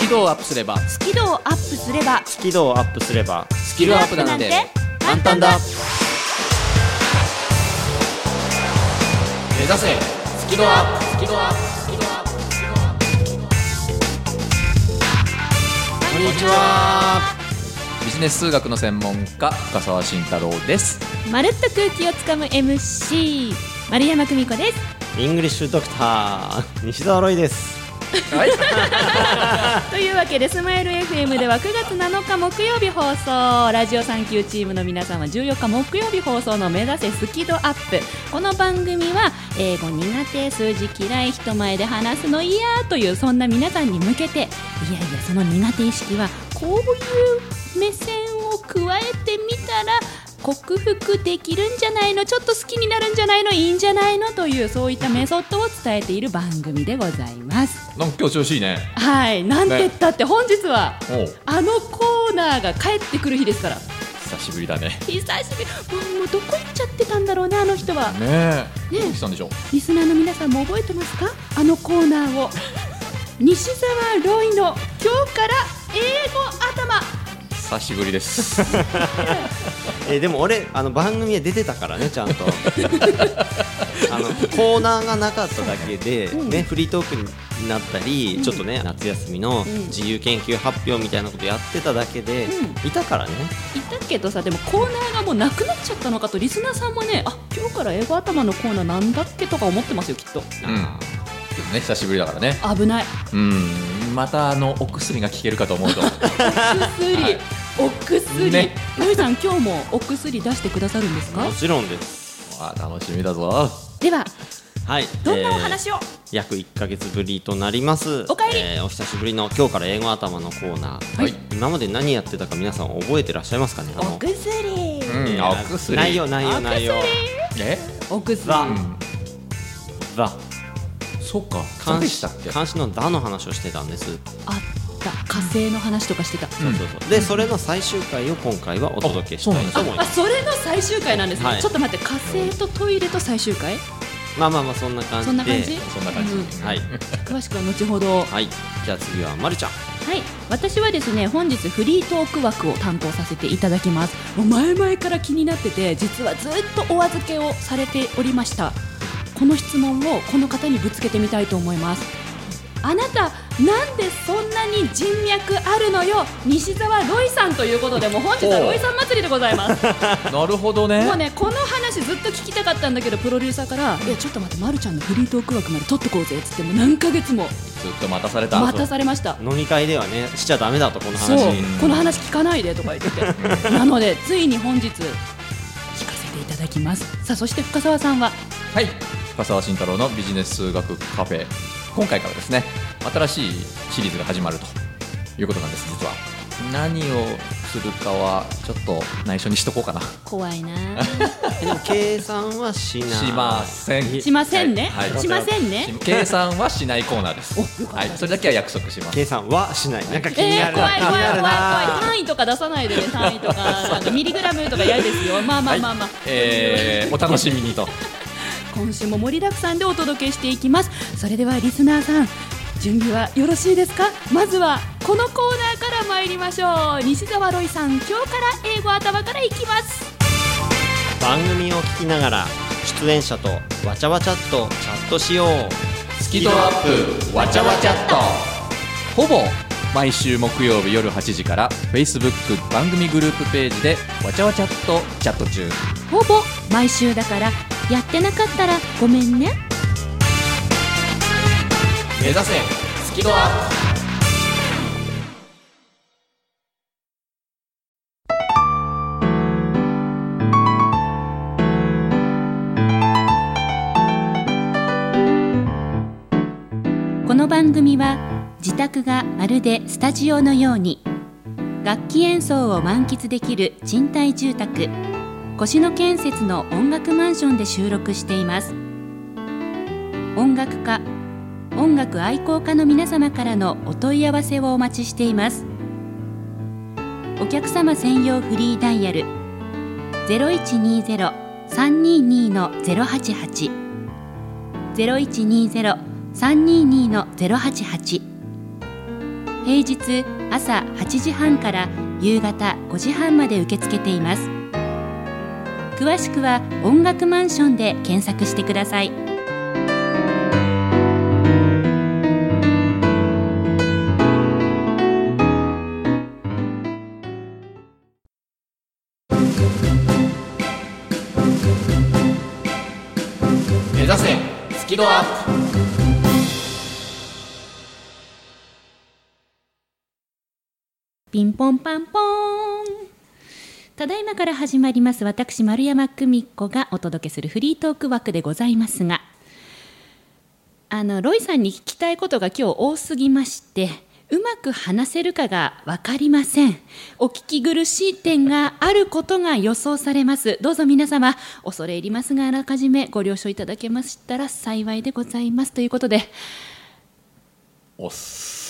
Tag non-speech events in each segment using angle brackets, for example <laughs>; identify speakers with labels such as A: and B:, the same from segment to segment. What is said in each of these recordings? A: キ度をアップすれば
B: スキルをアップすれば
C: スキルをアップすれば
A: スキルアップなんて簡単だ目指せスキルアップスキルアップスキルアップこんにちはビジネス数学の専門家深澤慎太郎です
B: まるっと空気をつかむ MC 丸山久美子です
C: イングリッシュドクタ
B: <laughs>
C: ー西澤ロイです
A: <laughs> はい
B: <laughs> というわけでスマイル FM では9月7日木曜日放送ラジオサンキューチームの皆さんは14日木曜日放送の「目指せスキドアップ」この番組は英語苦手数字嫌い人前で話すの嫌というそんな皆さんに向けていやいやその苦手意識はこういう目線を加えてみたら克服できるんじゃないのちょっと好きになるんじゃないのいいんじゃないのというそういったメソッドを伝えている番組でございます。
A: なんか今日調子いいね
B: はい、なんて言ったって本日は
A: おう
B: あのコーナーが帰ってくる日ですから
A: 久しぶりだね
B: 久しぶりもうもうどこ行っちゃってたんだろうねあの人は
A: ねえ
B: ねえ
A: どうしたんでしょう
B: リスナーの皆さんも覚えてますかあのコーナーを西澤ロイの「今日から英語頭
A: 久しぶりです
C: えーでも俺あの番組へ出てたからねち
B: <laughs>
C: ゃんとあのコーナーがなかっただけで、
B: うん
C: ねフリートークになったり、ちょっとね夏休みの
B: ん
C: 自由研究発表みたいなことやってただけで、
B: う
C: いたからね」
B: いたけどさでもコーナーがもうなくなっちゃったのかとリスナーさんもねあ今日から英語頭のコーナーなんだっけとか思ってますよきっと
A: うんでもね久しぶりだからね
B: 危ない
A: うんまたあのお薬が効けるかと思うと
B: 薬お薬、
A: ね
B: ロイさん今日もお薬出してくださるんですか
C: もちろんです
A: <laughs> あ楽しみだぞ
B: では
C: はい
B: どんなお
C: えー
B: 話を、
C: 約1か月ぶりとなります
B: おかえり
C: ーお久しぶりの今日から英語頭のコーナー、
A: はい
C: 今まで何やってたか皆さん覚えてらっしゃいますかねあの
B: お薬
A: うん
C: えー
A: あお薬
C: 内容内容内容
A: え
B: お薬
C: ザ
A: うん
C: ザ
A: そっかそう
C: 監
A: で
C: 視
A: したっけ
C: 監視の「だ」の話をしてたんです、
B: あった火星の話とかしてた、
A: うん
C: そうそうでそれの最終回を今回はお届けしたいと思い
B: あ
C: ます
B: それの最終回なんですね、
C: はい
B: ちょっと待って火星とトイレと最終回
C: まあまあまあそんな感じ
B: そ
C: で
B: んな感じ
A: そんな感じ、
B: うん
C: はい、
B: 詳しくは後ほどはい、
C: はい、じゃあ次はまるちゃん
B: 私はですね本日フリートーク枠を担当させていただきますもう前々から気になってて実はずっとお預けをされておりましたこの質問をこの方にぶつけてみたいと思いますあなたなんでそんなに人脈あるのよ西澤ロイさんということでもう本日はロイさん祭りでございます
A: なるほどね
B: もうねこの話ずっと聞きたかったんだけどプロデューサーから「いやちょっと待って、ま、るちゃんのフリートーク枠まで取ってこうぜ」っつってもう何ヶ月も
A: ずっと待たされた
B: 待たされました
C: 飲み会ではねしちゃダメだとこの
B: そう
C: 話
B: この話聞かないでとか言っててなのでついに本日聞かせていただきますさあそして深澤さんは
A: はい深澤慎太郎のビジネス数学カフェ今回からですね新しいシリーズが始まるということなんです実は何をするかはちょっと内緒にしとこうかな
B: 怖 <laughs> いな
C: でも計算はしない
A: しません
B: しませんね、
A: はいはい
B: しませんね
A: し計算はしないコーナーです
B: およかった
A: はいそれだけは約束します
C: 計算はしないなんか気に
B: え
C: な
B: ー、
C: る
B: 怖
C: な、
B: い
C: 気
B: 怖い怖
C: に
B: い怖
C: な
B: い
C: るな <laughs>
B: 単位とか出さないでね単位とかなんかミリグラムとか嫌ですよまあまあまあまあ、
A: えーお楽しみにと
B: 今週も盛りだくさんでお届けしていきますそれではリスナーさん準備はよろしいですかまずはこのコーナーから参りましょう西澤ロイさん今日から英語頭からいきます
C: 番組を聞きながら出演者とわちゃわちゃっとチャットしよう
A: スキドアップわちゃわちゃっとほぼ毎週木曜日夜8時から Facebook 番組グループページでわちゃわちゃっとチャット中
B: ほぼ毎週だからやってなかったらごめんね
A: 目指せスキドアッ
B: この番組は自宅がまるでスタジオのように楽器演奏を満喫できる賃貸住宅越野建設の音楽マンションで収録しています音楽家音楽愛好家の皆様からのお問い合わせをお待ちしていますお客様専用フリーダイヤル0120-322-088 0120-322-088平日朝8時半から夕方5時半まで受け付けています詳しくは音楽マンションで検索してください
A: 目指せスキドアップ
B: ピンポンパンポーンただいまから始まります私丸山久美子がお届けするフリートーク枠でございますがあのロイさんに聞きたいことが今日多すぎましてうまく話せるかが分かりませんお聞き苦しい点があることが予想されますどうぞ皆様恐れ入りますがあらかじめご了承いただけましたら幸いでございますということで
A: おっす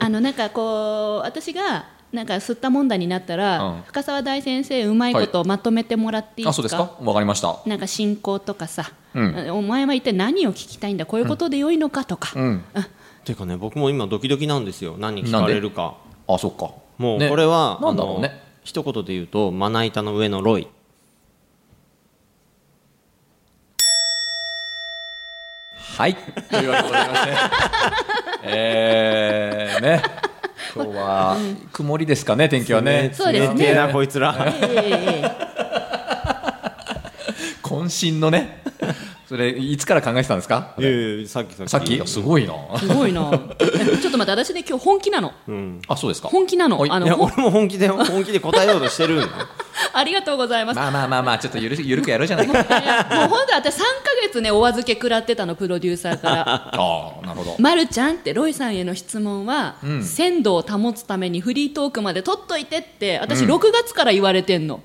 B: あのなんかこう私がなんか吸ったもんだになったら、
A: うん
B: 深澤大先生うまいことまとめてもらっていい
A: あ
B: で
A: そ
B: す
A: う
B: か,、
A: ですかわかりました
B: なんか進行とかさ、
A: うん
B: お前は一体何を聞きたいんだこういうことで良いのかとか、
A: うん
C: ていうかね僕も今ドキドキなんですよ何聞かれるか
A: あそっか
C: もう
A: ね
C: これは、
A: なんだろう
C: あの
A: ね
C: 一言で言うとまな板の上のロイ
A: はいというわけでございま <laughs> してえーね今日は曇りですかね天気はね
B: そうですね
C: 冷てえなこいつら
B: えええええ
A: 渾身のねそれいつから考えてたんですか
C: いやいやさっきさっき
A: さっきすごいな
B: えすごいな <laughs> えちょっと待って私ね今日本気なの
C: うん
A: あそうですか
B: 本気なの
A: はい
B: あ
C: い
B: の
C: や
B: ほん
C: 俺も本気で本気で答えようとしてるんだよ
B: ありがとうございます、
A: まあまあまあまあちょっとゆるゆるくやろうじゃないか
B: いやもう本当私3か月ねお預け食らってたのプロデューサーから
A: <laughs> <laughs> ああなるほど
B: ま、るちゃんってロイさんへの質問は、
A: ん
B: 鮮度を保つためにフリートークまで取っといてって私
A: うん
B: 6月から言われてんの、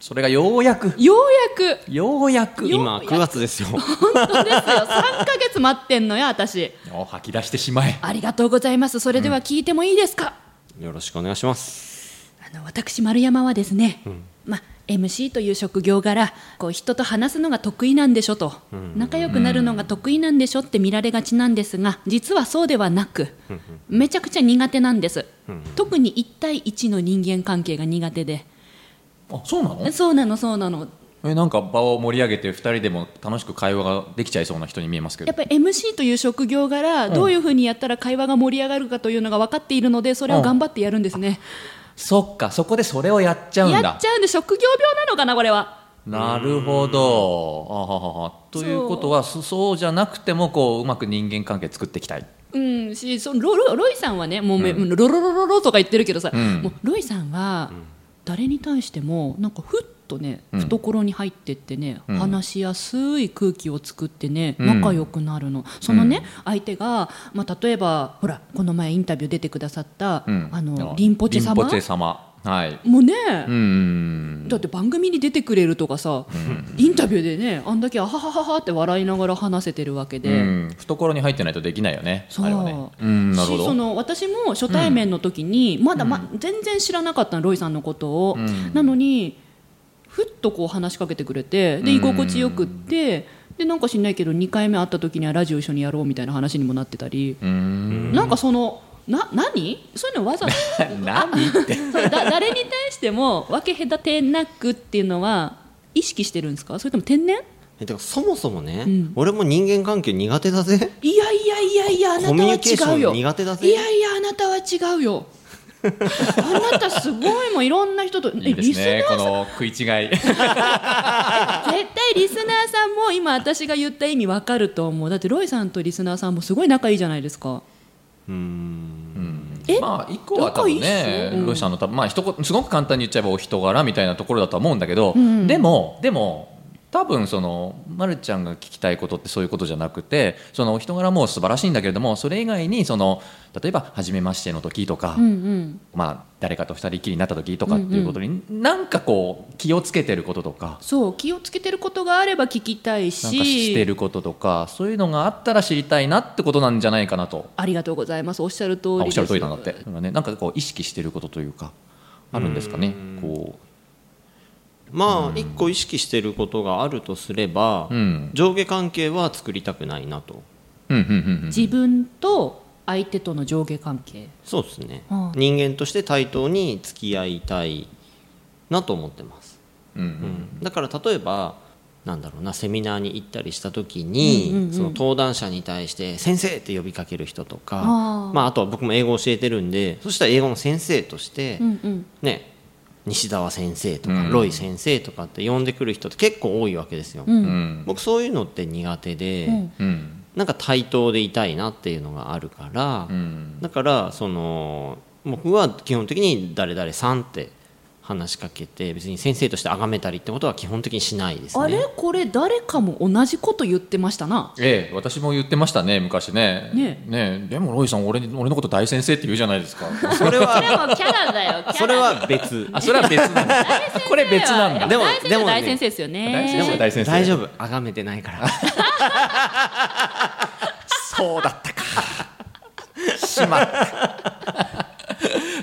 A: それがようやく
B: ようやく
A: ようやく
C: 今9月ですよ
B: 本当ですよ3ヶ月待ってんのよ私
A: お吐き出してしまえ
B: ありがとうございますそれでは聞いてもいいですか、
C: よろしくお願いします
B: あの私丸山はですね、まあ MC という職業柄こう人と話すのが得意なんでしょと、仲良くなるのが得意なんでしょって見られがちなんですが実はそうではなく、めちゃくちゃ苦手なんです、特に1対1の人間関係が苦手で、
A: あそうなの
B: そうなのそうなの
A: えなんか場を盛り上げて二人でも楽しく会話ができちゃいそうな人に見えますけ
B: や
A: ど
B: っぱり MC という職業柄どういうふうにやったら会話が盛り上がるかというのが分かっているのでそれを頑張ってやるんですね、
A: そっかそこでそれをやっちゃうん
B: や
A: だ
B: っちゃうんで職業病なのかなこれは
A: なるほどあはははということはそそうじゃなくてもこううまく人間関係作っていきたい
B: うんしそのロロロイさんはねもうめ、ロロロロロとか言ってるけどさ、
A: うん
B: もうロイさんは誰に対してもなんかふっとね
A: うん
B: 懐に入ってってね、
A: うん
B: 話しやすい空気を作ってね
A: うん
B: 仲良くなるの、そのね相手が、まあ、例えばほらこの前インタビュー出てくださった、
A: うん
B: あのリンポチェ様
A: リンポチェ様はい
B: もね、
A: うーん
B: だって番組に出てくれるとかさ、インタビューでねあんだけあははははって笑いながら話せてるわけ
A: う
B: で、
A: ん懐に入ってないとできないよね
B: そう
A: あれはねうんなるほ
B: しそ
A: ど
B: の私も初対面の時に、まだ、ま、全然知らなかったのロイさんのことを、
A: うん
B: なのにふっとこう話しかけてくれてで
A: うん
B: 居心地よくって、でなんか知んないけど2回目会った時にはラジオ一緒にやろうみたいな話にもなってたり、
A: うーん
B: なんかそのな何そういう
A: <laughs>
B: のわざ
A: 何って
B: そうだ誰に対しても分け隔てなくっていうのは意識してるんですかそれとも天然
C: えてかそもそもね、
B: うん
C: 俺も人間関係苦手だぜ
B: いやいやいやいやあなた
C: コミュ
B: は
C: ニケーショ
B: 違
C: ン
B: うよ
C: 苦手だぜ
B: いやいやあなたは違う
A: <laughs>
B: よあなたすごいもういろんな人とえ
A: いいで
B: リ
A: す
B: スナー
A: ねこの食い違い
B: 絶対リスナーさんも今私が言った意味わかると思うだってロイさんとリスナーさんもすごい仲いいじゃないですか
C: うーん
B: え
A: まあ一個は多分ね
B: 仲いいっしょうん
A: ロシアの多分まあ一言すごく簡単に言っちゃえばお人柄みたいなところだとは思うんだけど、
B: うん
A: でもでも多分その、ま、るちゃんが聞きたいことってそういうことじゃなくてそのお人柄も素晴らしいんだけれどもそれ以外にその例えば初めましての時とか、
B: うんうん
A: まあ、誰かと二人きりになった時とかっていうことに、なんかこう気をつけてることとか。
B: そう気をつけてることがあれば聞きたいし
A: なんかしてることとかそういうのがあったら知りたいなってことなんじゃないかなと
B: ありがとうございますおっしゃる通
A: あ
B: り
A: おっ
B: です
A: しゃる通りなんだってだからねなんかこう意識してることというかあるんですかねこ
C: まあ一個意識してることがあるとすれば、
A: ううん
C: 上下関係は作りたくないなと
A: うんうんうんうん
B: 自分と相手との上下関係
C: そうですね、
B: うん
C: 人間として対等に付き合いたいなと思ってます、
A: うんう
C: うんんだから例えばなんだろうなセミナーに行ったりした時に、
B: うんうんうん
C: その登壇者に対して「先生!」って呼びかける人とか
B: あー
C: まあ、あとは僕も英語を教えてるんでそしたら英語の先生として、
B: うんうん
C: ね西澤先生とか、
A: うん
C: ロイ先生とかって呼んでくる人って結構多いわけですよ、
B: うん
A: うんうん
C: 僕そういうのって苦手で、
B: うん
A: うん
C: なんか対等でいたいなっていうのがあるから、
A: うん
C: だからその僕は基本的に誰々さんって話しかけて別に先生として崇めたりってことは基本的にしないですね
B: あれこれ誰かも同じこと言ってましたな
A: ええ、私も言ってましたね昔ね
B: ね
A: えでもロイさん俺に俺のこと大先生って言うじゃない
B: <laughs>
A: ですか
C: そ
B: そ
C: れ
B: れ
C: は
B: はもうキャラだよキャ
C: それは別
A: あそれは別なんだこれ別なんだ
C: でも
B: 大先生は大
C: でもね
B: 先生ですよね
A: 大先生は大先生
C: 大丈夫崇めてないから
A: そうだったかしまった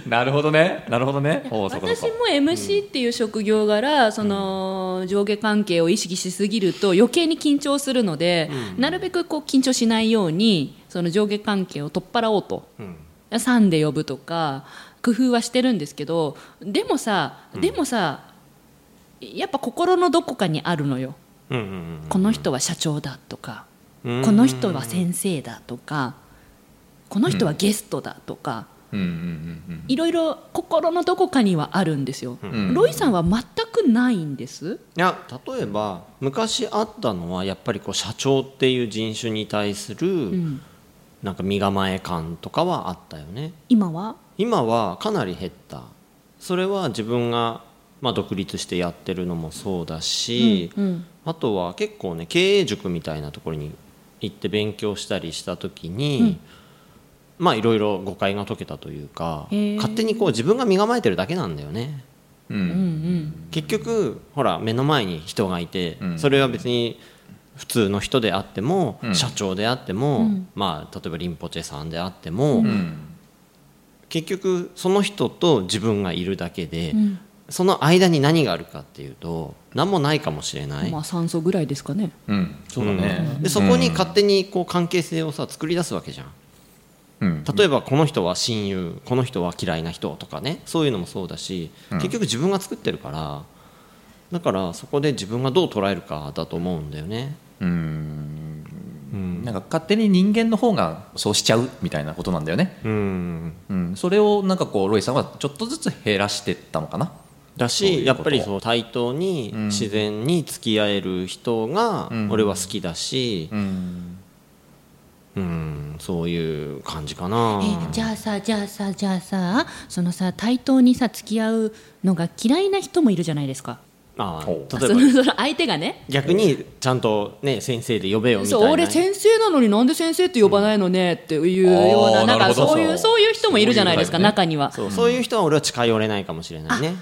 A: なるほどねなるほどねおうそうかそうか
B: 私も MC っていう職業柄、その上下関係を意識しすぎると余計に緊張するので、なるべくこう緊張しないようにその上下関係を取っ払おうと、さんで呼ぶとか工夫はしてるんですけどでもさでもさ、やっぱ心のどこかにあるのよ、
C: うんうん
B: この人は社長だとか、
C: うん
B: この人は先生だとかこの人はゲストだとか。
A: うんうんうん
B: いろいろ心のどこかにはあるんですよ、
A: ん
B: ロイさんは全くないんです、
C: いや例えば昔あったのはやっぱりこう社長っていう人種に対する、
B: うん
C: なんか身構え感とかはあったよね
B: 今は
C: 今はかなり減ったそれは自分が、まあ、独立してやってるのもそうだし、
B: うんうん
C: あとは結構ね経営塾みたいなところに行って勉強したりした時に、まあいろいろ誤解が解けたというか
B: へー
C: 勝手にこう自分が身構えてるだけなんだよね
A: うんうんう
B: うんん
C: 結局ほら目の前に人がいて、
A: うん
C: それは別に普通の人であっても、
A: うん
C: 社長であって
B: う
C: も、
B: ん
C: まあ、例えばリンポチェさんであっても、
A: うん
C: 結局その人と自分がいるだけで、
B: うん
C: その間に何があるかっていうと何もないかもしれない、
B: まあ酸素ぐらいですかね
A: うんそうだね
C: でそこに勝手にこう関係性をさ作り出すわけじゃん
A: うん
C: 例えばこの人は親友この人は嫌いな人とかねそういうのもそうだし、
A: うん
C: 結局自分が作ってるからだからそこで自分がどう捉えるかだと思うんだよね、
A: うん
C: うん
A: なんか勝手に人間の方がそうしちゃうみたいなことなんだよね
C: うん、
A: うんそれをなんかこうロイさんはちょっとずつ減らしてったのかな
C: だ
A: そういうこ
C: し
A: と
C: やっぱりそう対等に
A: うん
C: 自然に付き合える人が
A: うん
C: 俺は好きだし、
A: うん
C: うんそういう感じかな、
B: えじゃあさじゃあさじゃあさそのさ対等にさ付き合うのが嫌いな人もいるじゃないですか
C: あ
A: ほう
C: 例え
B: そ
C: ば
B: のその相手がね
C: 逆にちゃんとね先生で呼べよみたい
B: そう
C: な
B: 俺先生なのになんで先生って呼ばないのねっていうよう
A: あー
B: ななん
A: なる
B: か
A: ほど
B: そうい
A: そう
B: うそういう人もいるじゃないですか
A: そういうのが
B: 中には
C: そうそういう人は俺は近寄れないかもしれないね、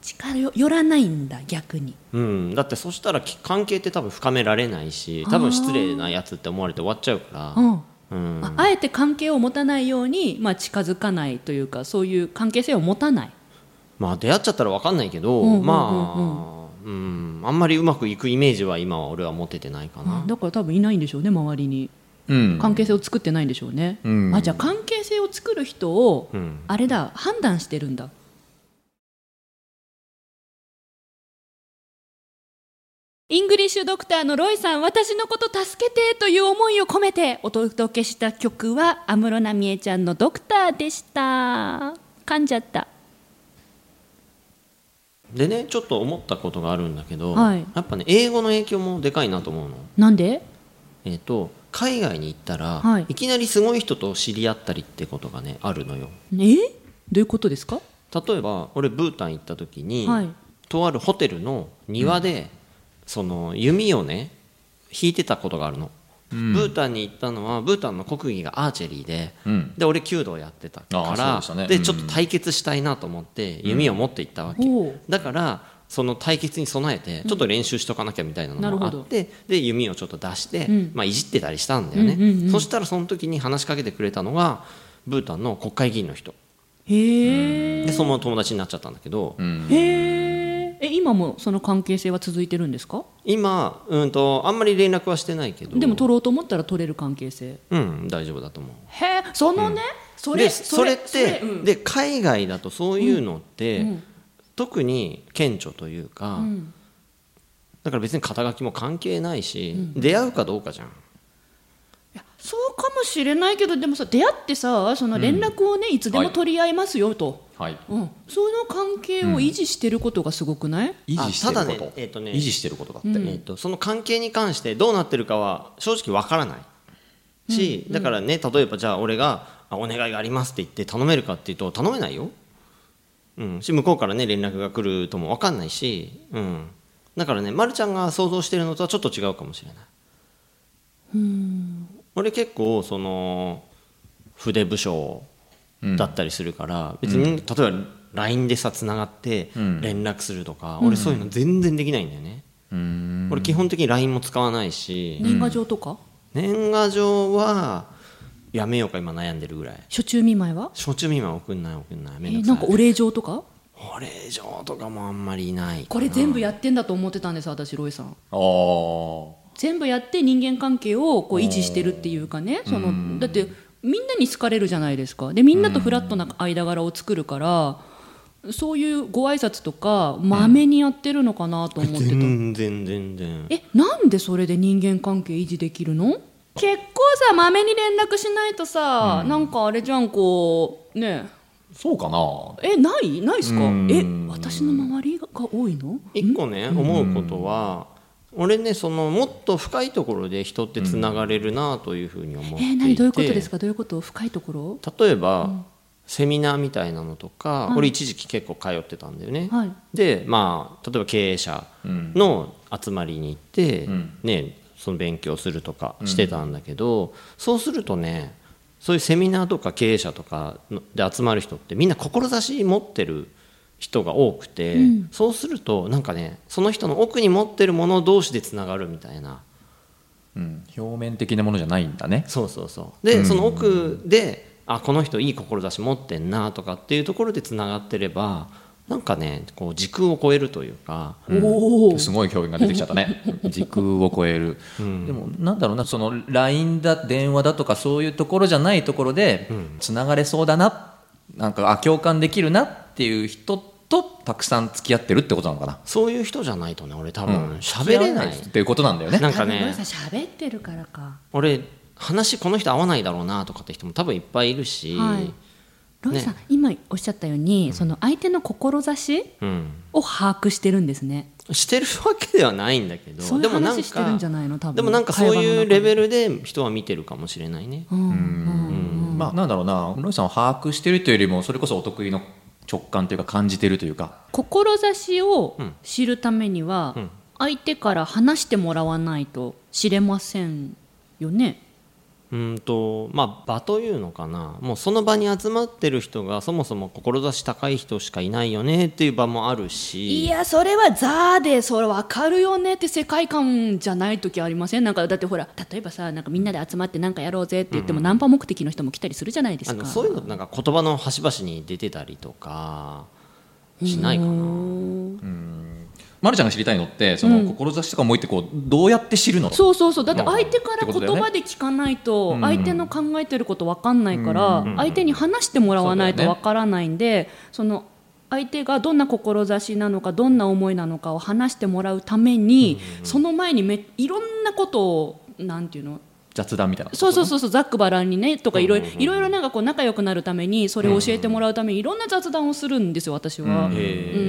B: 近寄らないんだ逆に
C: うん、だってそしたらき関係って多分深められないし多分失礼なやつって思われて終わっちゃうか
B: う
C: ら、
B: ん
C: うん
B: ああえて関係を持たないように、まあ、近づかないというかそういう関係性を持たない
C: まあ出会っちゃったら分かんないけど、
B: うんうんうんうん
C: まあ、うん、あんまりうまくいくイメージは今は俺は持ててないかな、
B: だから多分いないんでしょうね周りに
A: うん
B: 関係性を作ってないんでしょうね、
A: うん
B: あじゃあ関係性を作る人を、
C: うん
B: あれだ判断してるんだイングリッシュドクターのロイさん私のこと助けてという思いを込めてお届けした曲は安室奈美恵ちゃんの「ドクター」でした噛んじゃった
C: でねちょっと思ったことがあるんだけど、
B: はい
C: やっぱね英語の影響もでかいなと思うの。
B: なんで
C: えー、と海外に行ったら、
B: はい
C: い、きなりすごい人と知り合ったりってことがねあるのよ
B: えどういうことですか
C: 例えば俺ブータン行った時に、
B: はい
C: とあるホテルの庭で、その弓をね引いてたことがあるの、
A: うん
C: ブータンに行ったのはブータンの国技がアーチェリーで、
A: うん
C: で俺弓道やってた
A: あ
C: か
A: ーそうでした
C: ら
A: ね
C: で
A: うん
C: ちょっと対決したいなと思って弓を持って行ったわけ、
B: ほう
C: だからその対決に備えてちょっと練習しとかなきゃみたいなのもあ
B: なるほ
C: って、で弓をちょっと出して、
B: うん
C: まあ、いじってたりしたんだよね、
B: うんうんうん
C: そしたらその時に話しかけてくれたのがブータンの国会議員の人
B: へえ
C: でその友達になっちゃったんだけど、
A: うん
B: へーえ今もその関係性は続いてるんですか
C: 今うんとあんまり連絡はしてないけど
B: でも取ろうと思ったら取れる関係性
C: うん大丈夫だと思う
B: へえそのね、それ
C: でそれって
B: それうん
C: で海外だとそういうのって、
B: うん
C: 特に顕著というか、
B: うん
C: だから別に肩書きも関係ないし、出会うかどうかじゃん
B: いやそうかもしれないけどでもさ出会ってさその連絡をね、いつでも取り合いますよと、
A: はい
B: うん、その関係を維持してることがすごくない、
A: 維持してること
C: あただねえーとね
A: 維持してることだって、
C: えっとその関係に関してどうなってるかは正直わからないし、だからね例えばじゃあ俺があ「お願いがあります」って言って頼めるかっていうと頼めないよ、うん、し向こうからね連絡が来るともわかんないし、うん、だからね、ま、るちゃんが想像してるのとはちょっと違うかもしれない俺結構その筆部署だったりするから、別に例えば LINE でさつながって
A: ん
C: 連絡するとか、俺そういうの全然できないんだよね、
A: うーん
C: 俺基本的に LINE も使わないし、
B: 年賀状とか
C: 年賀状はやめようか今悩んでるぐらい
B: 初中見舞いは、
C: 初中見舞い送んない送んない
B: え
C: めん
B: ー
C: ど
B: なん
C: くさ
B: か
C: い、
B: お礼状とか
C: お礼状とかもあんまりいない
B: これ全部やってんだと思ってたんです私ロイさん
A: あー
B: 全部やって人間関係をこう維持してるっていうかねそのだってみんなに好かれるじゃないですかでみんなとフラットな間柄を作るからそういうご挨拶とかまめにやってるのかなと思ってた、
C: 全然全然
B: えなんでそれで人間関係維持できるの結構さまめに連絡しないとさ、なんかあれじゃんこうね
A: そうかな
B: えないないっすか
A: うん
B: え私の周りが多いの
C: 一個ね思うことは、俺ねそのもっと深いところで人ってつながれるなというふうに思
B: え
C: っていて、
B: ー何どういうことですかどういうこと深いところ
C: 例えば、セミナーみたいなのとか、
B: はい
C: 俺一時期結構通ってたんだよね、
B: はい
C: でまあ例えば経営者の集まりに行って、
A: ん
C: ねその勉強するとかしてたんだけど、そうするとねそういうセミナーとか経営者とかので集まる人ってみんな志持ってる人が多くて、そうするとなんかねその人の奥に持ってるもの同士でつながるみたいな
A: うん、表面的なものじゃないんだね
C: そうそうそうで、その奥であこの人いい志持ってんなとかっていうところでつながってればなんかねこう時空を超えるというか、
B: おお
A: すごい表現が出てきちゃった
C: <laughs>
A: ね時空を超える、でもなんだろうなその LINE だ電話だとかそういうところじゃないところでつながれそうだななんかあ共感できるなっていう人とたくさん付き合ってるってことなのかな
C: そういう人じゃないとね俺多分喋れない、
A: っていうことなんだよね
C: なんかね
B: 喋ってるからか
C: 俺話この人合わないだろうなとかって人も多分いっぱいいるし、
B: はいロンさん、今おっしゃったように、その相手の志
C: うん、
B: を把握してるんですね
C: してるわけではないんだけど
B: そういう
C: でもな
B: 話してるんじゃないの多分
C: でもなんかそう
B: 会話の
C: い
B: 中
C: う
B: で
C: レベルで人は見てるかもしれないね、
B: うん
A: まあなんだろうなロイさんを把握してるというよりもそれこそお得意の直感というか感じてるというか
B: 志を知るためには、相手から話してもらわないと知れませんよね
C: うんとまあ場というのかなもうその場に集まってる人がそもそも志高い人しかいないよねっていう場もあるし
B: いやそれはザーでそれ分かるよねって世界観じゃない時ありませんなんかだってほら例えばさなんかみんなで集まってなんかやろうぜって言っても、ナンパ目的の人も来たりするじゃないで
C: あ
B: す
C: の
B: か
C: そういうのなんか言葉の端々に出てたりとかしないかな
A: まるちゃんが知りたいのってその志とか思いってこうどうやって知るの
B: そうそうそうだって
A: まあ
B: 相手から
A: ってことだよ
B: 言
A: ね
B: 葉で聞かないと
A: ん
B: 相手の考えてること分かんないから相手に話してもらわない
A: そうだ
B: と
A: よね
B: 分からないんでその相手がどんな志なのかどんな思いなのかを話してもらうためにその前にめいろんなことをなんていうの
A: 雑談みたいな
B: そうそうそうそうざっくばらんにねとかいろいろいろいろなんかこう仲良くなるためにそれを教えてもらうためにいろんな雑談をするんですよ私は。
A: うん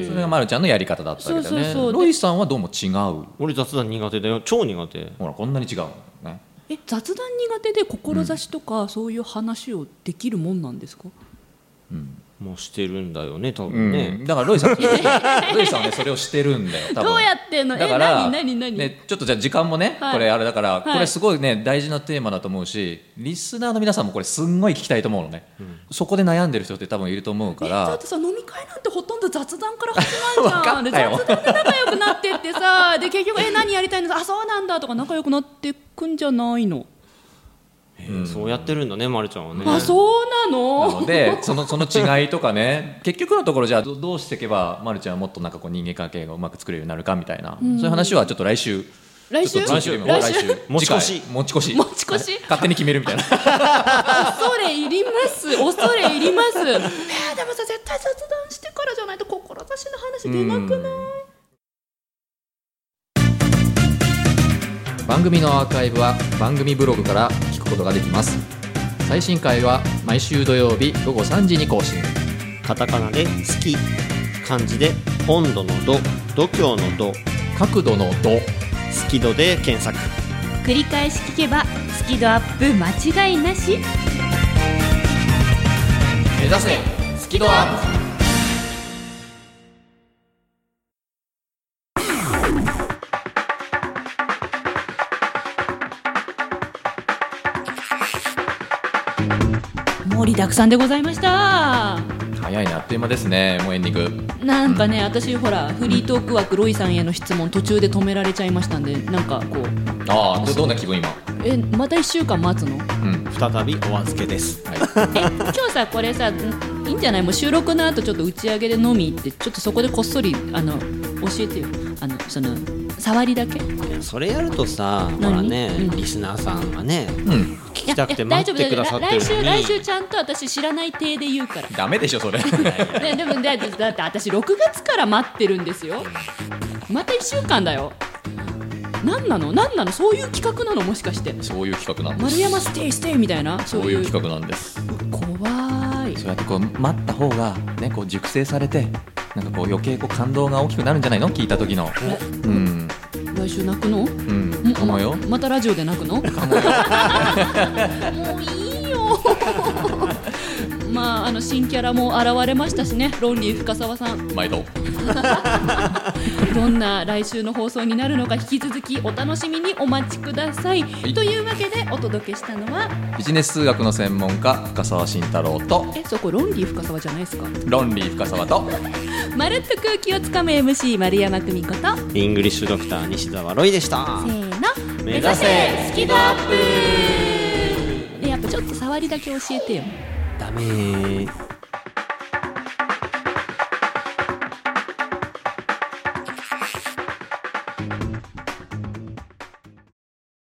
A: それがまるちゃんのやり方だったわけだよね
B: そうそうそう
A: ロイさんはどうも違う
C: 俺雑談苦手だよ超苦手
A: ほらこんなに違うのね
B: え雑談苦手で志とかそういう話をできるもんなんですか、
C: もうしてるんだよね多
A: う
C: 分
A: ん
C: ね、
A: だからロイ
B: <laughs>
A: さんロイさんはねそれをしてるんだよ多分
B: どうやってんのえ
A: だから
B: 何何何
A: ね、ちょっとじゃあ時間もね、
B: はい
A: これあれだから、
B: い
A: これすごいね大事なテーマだと思うしリスナーの皆さんもこれすんごい聞きたいと思うのね、そこで悩んでる人って多分いると思うか
B: だ
A: ら
B: ってさ飲み会なんてほとんど雑談から始まるじゃん
A: わか
B: で
A: っ
B: 雑談で仲良くなってってさで結局「え何やりたいの?」あそうなんだ」とか仲良くなってくんじゃないの
C: うんそうやってるんだね、ま、るちゃんはね。
B: あそうな
A: な
B: の
A: のでそのそ <laughs> の違いとかね結局のところじゃあどどうしていけばまるちゃんはもっとなんかこう人間関係がうまく作れるようになるかみたいな、そういう話はちょっと来週
B: 来週
A: ちょっと来週
B: 来週
A: 持
C: 持
A: ち越
C: ち越
A: し
C: し
A: 持ち越し
B: 持ち越し
A: 勝手に決めるみたいな
B: 恐れ入ります恐れ入り
A: <laughs>
B: ますえー、でもさ絶対雑談してからじゃないと志の話出なくない
A: 番組のアーカイブは番組ブログから聞くことができます最新回は毎週土曜日午後3時に更新
C: カタカナで「好き」漢字で「温度の度」「度胸の度」
A: 角度の度
C: 「好き度」で検索
B: 繰り返し聞けばスキドアップ間違いなし
A: 目指せスキドアップ
B: 盛りだくさんでございました
A: 早いなあっという間ですねもうエンディング
B: なんかね私ほらフリートーク枠ロイさんへの質問途中で止められちゃいましたんでなんかこう
A: ああどどんな気分今
B: えまた1週間待つの <laughs>
A: うん
C: 再びお預けです
A: はい
B: え今日さこれさんいいんじゃないもう収録の後ちょっと打ち上げで飲み行ってちょっとそこでこっそりあの教えてよあのその触りだけ
C: いやそれやるとさほ
B: 何
C: らね、
B: うん
C: リスナーさんがね
A: うん
C: 聞きたくて
B: いやいや
C: 待ってくださってる
B: 大丈夫だよ来
C: の
B: 来週来週
C: に
B: ちゃんと私知らない体で言う
C: <laughs>
B: から
A: ダメでしょ <laughs> それ
B: ね、でもだだだって私6月から待ってるんですよまた1週間だよ何なの何なのそういう企画なのもしかして
A: そういう企画なんです
B: 丸山ステイステイみたいなそ
A: そうう
B: い
A: いうう企画なんです
B: 怖い
A: そうやってこう待った方がねこう熟成されてなんかこう余計こう感動が大きくなるんじゃないの聞いた時のうん
B: 来週泣くの
A: うんかもよ
B: またラジオで泣くのもういいよまああの新キャラも現れましたしねロンリー深澤さん
A: 毎度
B: どんな来週の放送になるのか引き続きお楽しみにお待ちください、
A: い
B: というわけでお届けしたのは
A: ビジネス数学の専門家深澤慎太郎と
B: えそこロンリー深沢じゃないですか
A: ロンリー深澤と
B: まるっと空気をつかむ MC 丸山久美子とせ
C: イングリッシュドクター西澤ロイでした
B: ーの
C: 目指せ
B: スキドアップねやっぱちょっと触りだけ教えてよ
C: ダメー